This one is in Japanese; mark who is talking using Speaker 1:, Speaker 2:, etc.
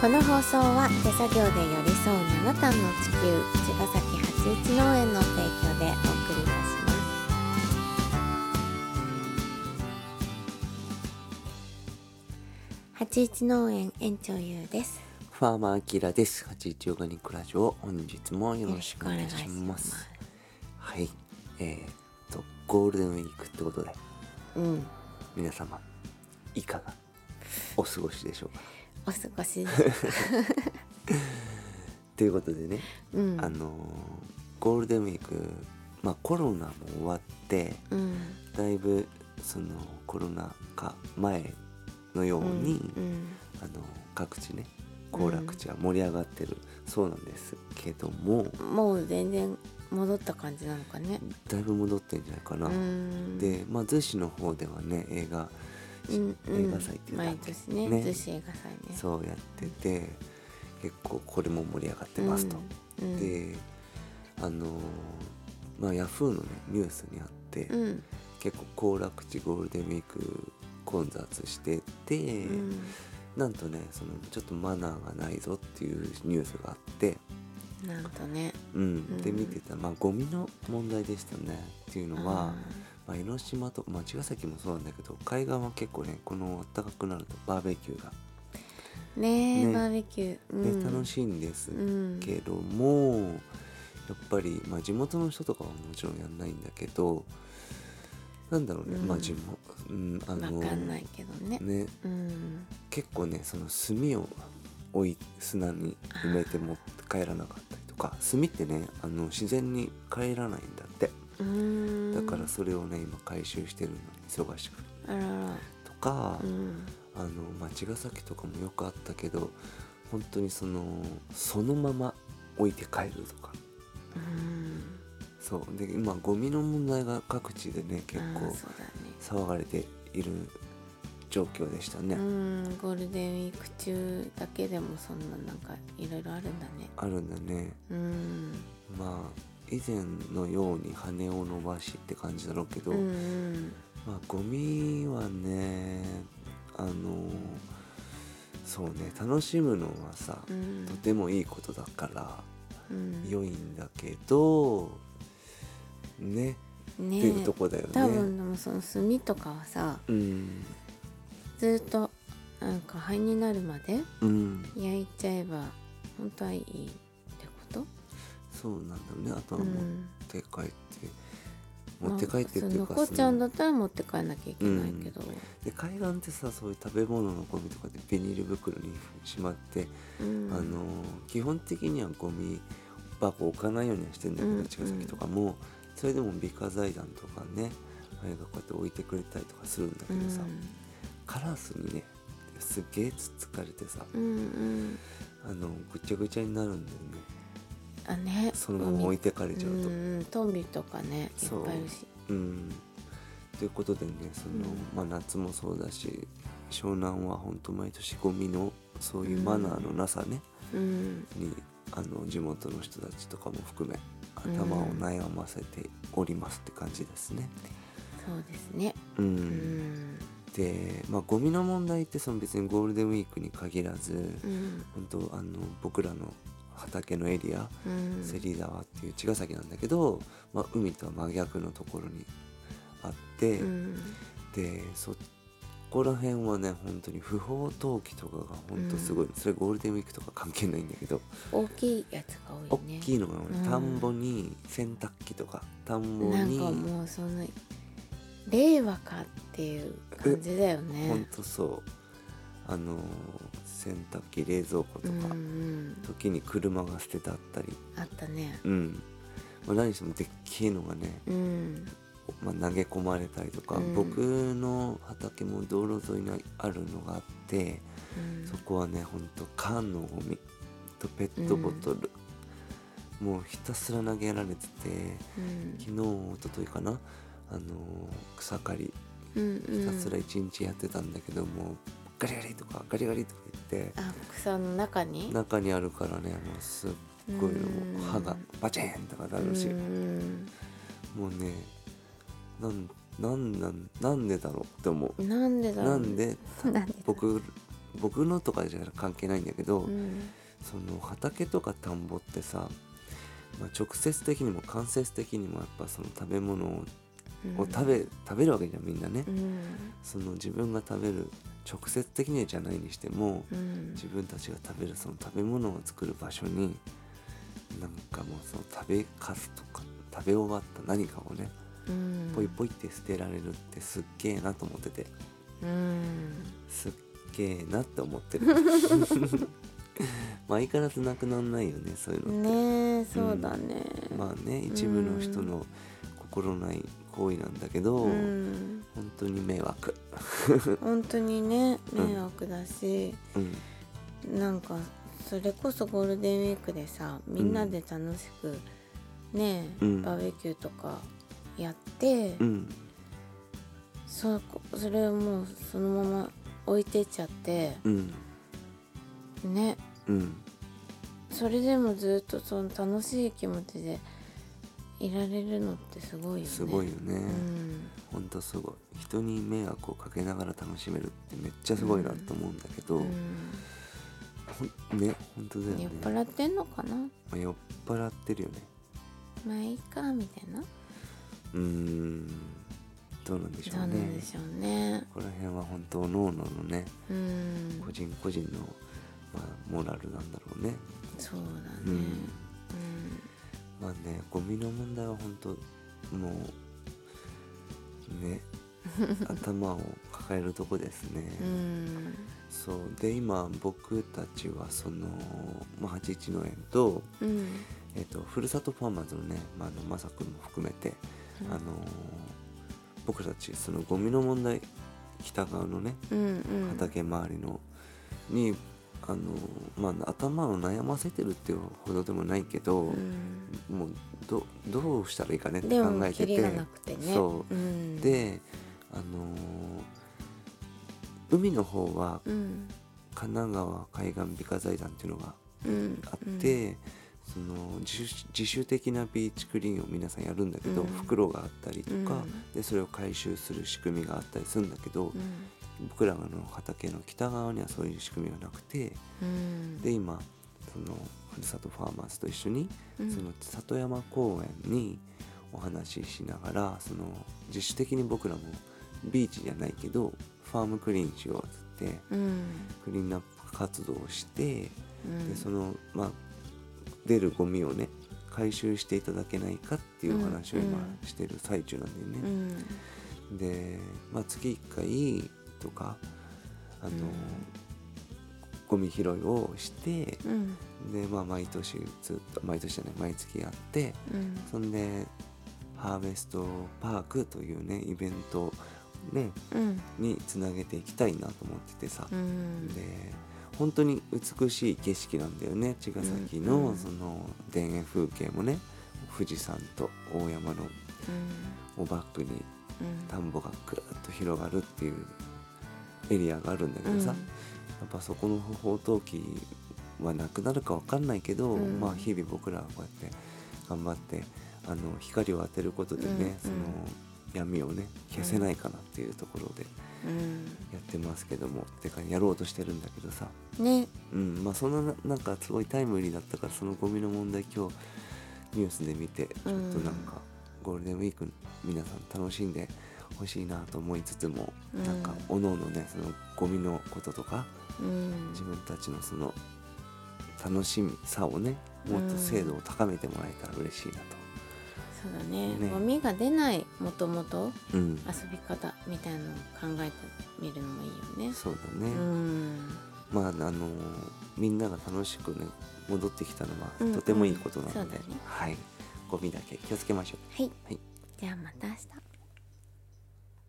Speaker 1: この放送は手作業で寄り添う七段の地球茅ヶ崎八一農園の提供でお送りいたします八一農園園長ゆうです
Speaker 2: ファーマーアキラです。81オーガニックラジオ、本日もよろしくお願いします。はい。えー、っと、ゴールデンウィークってことで、
Speaker 1: うん
Speaker 2: 皆様、いかがお過ごしでしょうか。
Speaker 1: お過ごしです
Speaker 2: ということでね、
Speaker 1: うん
Speaker 2: あのーゴールデンウィーク、まあコロナも終わって、
Speaker 1: うん
Speaker 2: だいぶ、その、コロナ禍前のように、
Speaker 1: うん
Speaker 2: あの各地ね、行楽地は盛り上がってるそうなんですけども、
Speaker 1: うんもう全然戻った感じなのかね
Speaker 2: だいぶ戻ってんじゃないかな。
Speaker 1: うん
Speaker 2: で、まあ、逗子の方ではね映画、
Speaker 1: うんうん
Speaker 2: 映画祭っていうんだっ
Speaker 1: 毎
Speaker 2: け
Speaker 1: 年ね
Speaker 2: ね
Speaker 1: 逗子映画祭ね
Speaker 2: そうやってて結構これも盛り上がってますと。
Speaker 1: うん、
Speaker 2: であのーまあヤフーのねニュースにあって、
Speaker 1: うん、うん
Speaker 2: 結構行楽地ゴールデンウィーク混雑してて、
Speaker 1: うん
Speaker 2: なんとねそのちょっとマナーがないぞっていうニュースがあって、
Speaker 1: なんとね
Speaker 2: うん
Speaker 1: ん
Speaker 2: で見てたまあゴミの問題でしたねっていうの
Speaker 1: あ
Speaker 2: は。
Speaker 1: ー
Speaker 2: まあ、江ノ島と、まあ、茅ヶ崎もそうなんだけど海岸は結構ねこの暖かくなるとバーベキューが、
Speaker 1: ねえ
Speaker 2: ね
Speaker 1: バーベキュー、
Speaker 2: ね
Speaker 1: うん、
Speaker 2: 楽しいんです
Speaker 1: うん
Speaker 2: けども、やっぱり、まあ、地元の人とかはもちろんやんないんだけどなんだろうね、
Speaker 1: うん
Speaker 2: まあ地元、うん、あ
Speaker 1: わ
Speaker 2: の
Speaker 1: かんないけどね
Speaker 2: ね
Speaker 1: うん
Speaker 2: 結構ねその炭を置い砂に埋めて持って帰らなかったりとか炭ってねあの自然に帰らないんだって
Speaker 1: うー
Speaker 2: だ
Speaker 1: ん
Speaker 2: からそれをね今回収してるのに忙しく
Speaker 1: あらら
Speaker 2: とか、
Speaker 1: うん
Speaker 2: あのまあ茅ヶ崎とかもよくあったけど本当にそのそのまま置いて帰るとか
Speaker 1: うん
Speaker 2: そうで今ゴミの問題が各地でね結
Speaker 1: あー
Speaker 2: 構
Speaker 1: そうだ
Speaker 2: 騒がれている状況でした
Speaker 1: ね
Speaker 2: ね、
Speaker 1: うんゴールデンウィーク中だけでもそんななんかいろいろあるんだね
Speaker 2: あるんだね
Speaker 1: うん
Speaker 2: まあ以前のように羽を伸ばしって感じだろうけど、
Speaker 1: うんうん
Speaker 2: まあゴミはねあのそうね楽しむのはさ、
Speaker 1: うん
Speaker 2: とてもいいことだから
Speaker 1: うん
Speaker 2: 良いんだけどね
Speaker 1: ね
Speaker 2: っていうとこだよね。
Speaker 1: 多分でもその炭とかはさ
Speaker 2: うん
Speaker 1: ずっとなんか灰になるまで
Speaker 2: うん
Speaker 1: 焼いちゃえば本当はいいってこと
Speaker 2: そうなんだよねあとは
Speaker 1: う
Speaker 2: 持っ
Speaker 1: ん
Speaker 2: て帰って、持って帰ってっていうか
Speaker 1: まあそ残っちゃうんだ
Speaker 2: その
Speaker 1: ったら持って帰んなきゃいけないけど、
Speaker 2: で海岸ってさそういう食べ物のゴミとかでビニール袋にしまって、
Speaker 1: うん
Speaker 2: あの基本的にはゴミ箱置かないようにはしてんだけ
Speaker 1: うん
Speaker 2: ど茅ヶ崎とかも、それでも美化財団とかねあれがこうやって置いてくれたりとかするんだけ
Speaker 1: う
Speaker 2: ど
Speaker 1: ん
Speaker 2: さ、カラスにねすっげえつつかれてさ、
Speaker 1: うんうん
Speaker 2: あのぐちゃぐちゃになるんだよね
Speaker 1: あね
Speaker 2: そのまま置いてかれ
Speaker 1: 海
Speaker 2: ちゃうと。
Speaker 1: んんトンビとかねいっ
Speaker 2: そう
Speaker 1: ぱいいるし
Speaker 2: うんということでねその、まあ、夏もそうだし湘南は本当毎年ゴミのそういうマナーのなさね、
Speaker 1: うん
Speaker 2: にあの地元の人たちとかも含め
Speaker 1: うん
Speaker 2: 頭を悩ませておりますって感じですね。
Speaker 1: そうですね
Speaker 2: うん
Speaker 1: うん
Speaker 2: で、まあ、ゴミの問題ってその別にゴールデンウィークに限らず、
Speaker 1: うん
Speaker 2: 本当あの僕らの畑のエリア
Speaker 1: うん
Speaker 2: セリ沢っていう茅ヶ崎なんだけど、まあ、海とは真逆のところにあって、
Speaker 1: うん
Speaker 2: でそこら辺はね本当に不法投棄とかが本当すごい、それゴールデンウィークとか関係ないんだけど、
Speaker 1: 大きいやつが多
Speaker 2: 大
Speaker 1: いね
Speaker 2: きいのが、ね
Speaker 1: うん
Speaker 2: 田んぼに洗濯機とか田んぼ
Speaker 1: なん
Speaker 2: に
Speaker 1: かもうその令和かっていう感じだよ
Speaker 2: 本
Speaker 1: ね
Speaker 2: 当そうあのー洗濯機冷蔵庫と
Speaker 1: うん
Speaker 2: か、
Speaker 1: うん
Speaker 2: 時に車が捨ててあったり、
Speaker 1: あったね
Speaker 2: うんまあ、何してもでっけえのがね
Speaker 1: うん
Speaker 2: まあ、投げ込まれたりとか、
Speaker 1: うん
Speaker 2: 僕の畑も道路沿いにあるのがあって、
Speaker 1: うん
Speaker 2: そこはねほんと缶のゴミとペットボトル、もうひたすら投げられてて
Speaker 1: うん
Speaker 2: 昨日一昨日かなあのー草刈り
Speaker 1: うん
Speaker 2: ひ
Speaker 1: う
Speaker 2: た
Speaker 1: ん
Speaker 2: すら一日やってたんだけど、もうガリガリとかガリガリとか言って
Speaker 1: あ草の中に
Speaker 2: 中にあるからねもうすっごいの
Speaker 1: うん
Speaker 2: 歯がバチーンとかなるし、
Speaker 1: うん
Speaker 2: もうねなんなんなんなんでだろうって思う。
Speaker 1: なんでだろ
Speaker 2: な
Speaker 1: うん
Speaker 2: で
Speaker 1: なんで
Speaker 2: 僕僕のとかじゃ関係ないんだけど、
Speaker 1: うん
Speaker 2: その畑とか田んぼってさ、まあ、直接的にも間接的にもやっぱその食べ物を
Speaker 1: うん
Speaker 2: を食べ,、食べるわけじゃんみんなね、
Speaker 1: うん
Speaker 2: その自分が食べる直接的にはじゃないにしても、
Speaker 1: うん
Speaker 2: 自分たちが食べるその食べ物を作る場所になんかもうその食べかすとか食べ終わった何かをね
Speaker 1: うん
Speaker 2: ポイポイって捨てられるってすっげえなと思ってて
Speaker 1: うん
Speaker 2: すっげえなって思ってる まあ相変わらずなくならないよねそういうのって。
Speaker 1: ねえそうだね、
Speaker 2: まあね一部の人の心ない行為なんだけど、
Speaker 1: うん
Speaker 2: 本当に迷惑、
Speaker 1: 本当にね
Speaker 2: うん
Speaker 1: 迷惑だし、
Speaker 2: うん、
Speaker 1: なんかそれこそゴールデンウィークでさみんなで楽しくねえ、
Speaker 2: うん
Speaker 1: バーベキューとかやって、
Speaker 2: うん
Speaker 1: そこそれをもうそのまま置いてっちゃって
Speaker 2: うん
Speaker 1: ね
Speaker 2: うん
Speaker 1: それでもずっとその楽しい気持ちでいられるのってすごいよね。
Speaker 2: すごいよね、
Speaker 1: うん
Speaker 2: ほんとすごい人に迷惑をかけながら楽しめるってめっちゃすごいなと思うんだけど、
Speaker 1: うん
Speaker 2: ほんね本当だよね
Speaker 1: 酔っ払ってんのかな
Speaker 2: まあ酔っ払ってるよね
Speaker 1: まあいいかみたいな
Speaker 2: うーんどうなんでしょ
Speaker 1: そう
Speaker 2: う
Speaker 1: な
Speaker 2: ね
Speaker 1: んでしょうね
Speaker 2: ここら辺は本当脳ののね
Speaker 1: うん
Speaker 2: 個人個人の、まあ、モラルなんだろうね
Speaker 1: そうだね
Speaker 2: う
Speaker 1: うんん
Speaker 2: まあねゴミの問題は本当もう ね頭を抱えるとこですね、
Speaker 1: うん
Speaker 2: そうで今僕たちはその、まあ、81農園と,、
Speaker 1: うん
Speaker 2: えっとふるさとファーマーズのね、まあ、あのまさくんも含めて、
Speaker 1: うん
Speaker 2: あの僕たちそのゴミの問題北側のね
Speaker 1: うんうん
Speaker 2: 畑周りのにあの、まあ、頭を悩ませてるっていうほどでもないけど、
Speaker 1: うん
Speaker 2: もうどどうしたらいいかねって
Speaker 1: で
Speaker 2: 考
Speaker 1: も
Speaker 2: えて
Speaker 1: キ
Speaker 2: て
Speaker 1: リがなくてね、
Speaker 2: そう
Speaker 1: ん、、
Speaker 2: であのー海の方は
Speaker 1: うん
Speaker 2: 神奈川海岸美化財団っていうのが
Speaker 1: うん、
Speaker 2: あって、その自主自主的なビーチクリーンを皆さんやるんだけど、
Speaker 1: うん
Speaker 2: 袋があったりとか、
Speaker 1: うん
Speaker 2: でそれを回収する仕組みがあったりするんだけど、
Speaker 1: うん
Speaker 2: 僕らの畑の北側にはそういう仕組みがなくて
Speaker 1: うん、
Speaker 2: で今そのふるさとファーマーズと一緒に
Speaker 1: うん
Speaker 2: その里山公園にお話ししながらその自主的に僕らもビーチじゃないけどファームクリーンしようっつって
Speaker 1: うん
Speaker 2: クリーンアップ活動をして
Speaker 1: うん、
Speaker 2: でその、まあ、出るゴミをね回収していただけないかっていうお話を今
Speaker 1: うん
Speaker 2: してる最中なんだよ
Speaker 1: う
Speaker 2: ね。
Speaker 1: ん
Speaker 2: で、まあ、月1回とかあの、
Speaker 1: うん
Speaker 2: ゴミ拾いをして
Speaker 1: うん
Speaker 2: で、まあ、毎年ずっと毎年じゃない毎月やって。
Speaker 1: うん
Speaker 2: そんでハーベストパークというねイベント、ね、
Speaker 1: うん
Speaker 2: につなげていきたいなと思っててさ、
Speaker 1: うん
Speaker 2: で本当に美しい景色なんだよね茅ヶ崎
Speaker 1: うんう
Speaker 2: の
Speaker 1: ん
Speaker 2: その田園風景もね富士山と大山のをバックに田んぼがぐーっと広がるっていうエリアがあるんだけどさ、
Speaker 1: うん
Speaker 2: やっぱそこの不法投棄はなくなるかわかんないけど、
Speaker 1: うん
Speaker 2: まあ日々僕らはこうやって頑張ってあの光を当てることでね、
Speaker 1: うんうん
Speaker 2: その闇をね消せないかなっていうところで
Speaker 1: うん
Speaker 2: やってますけども、てかやろうとしてるんだけどさ、
Speaker 1: うんね
Speaker 2: うん、まあそんななんかすごいタイムリーだったからそのゴミの問題今日ニュースで見てちょっとなんかゴールデンウィーク皆さん楽しんでほしいなと思いつつも、
Speaker 1: うん
Speaker 2: なんかおのおのねそのゴミのこととか
Speaker 1: うん
Speaker 2: 自分たちのその楽しみさをねもっと精度を高めてもらえたら嬉しいなと。
Speaker 1: そうだね
Speaker 2: ね
Speaker 1: ゴミが出ないもともと
Speaker 2: うん、
Speaker 1: 遊び方みたいなのを考えてみるのもいいよね
Speaker 2: そうだね、
Speaker 1: うん
Speaker 2: まああのーみんなが楽しくね戻ってきたのは
Speaker 1: うん
Speaker 2: とてもいいことなので、
Speaker 1: うんそうだね
Speaker 2: はいゴミだけ気をつけましょう。
Speaker 1: はい、
Speaker 2: はい
Speaker 1: ではまた明日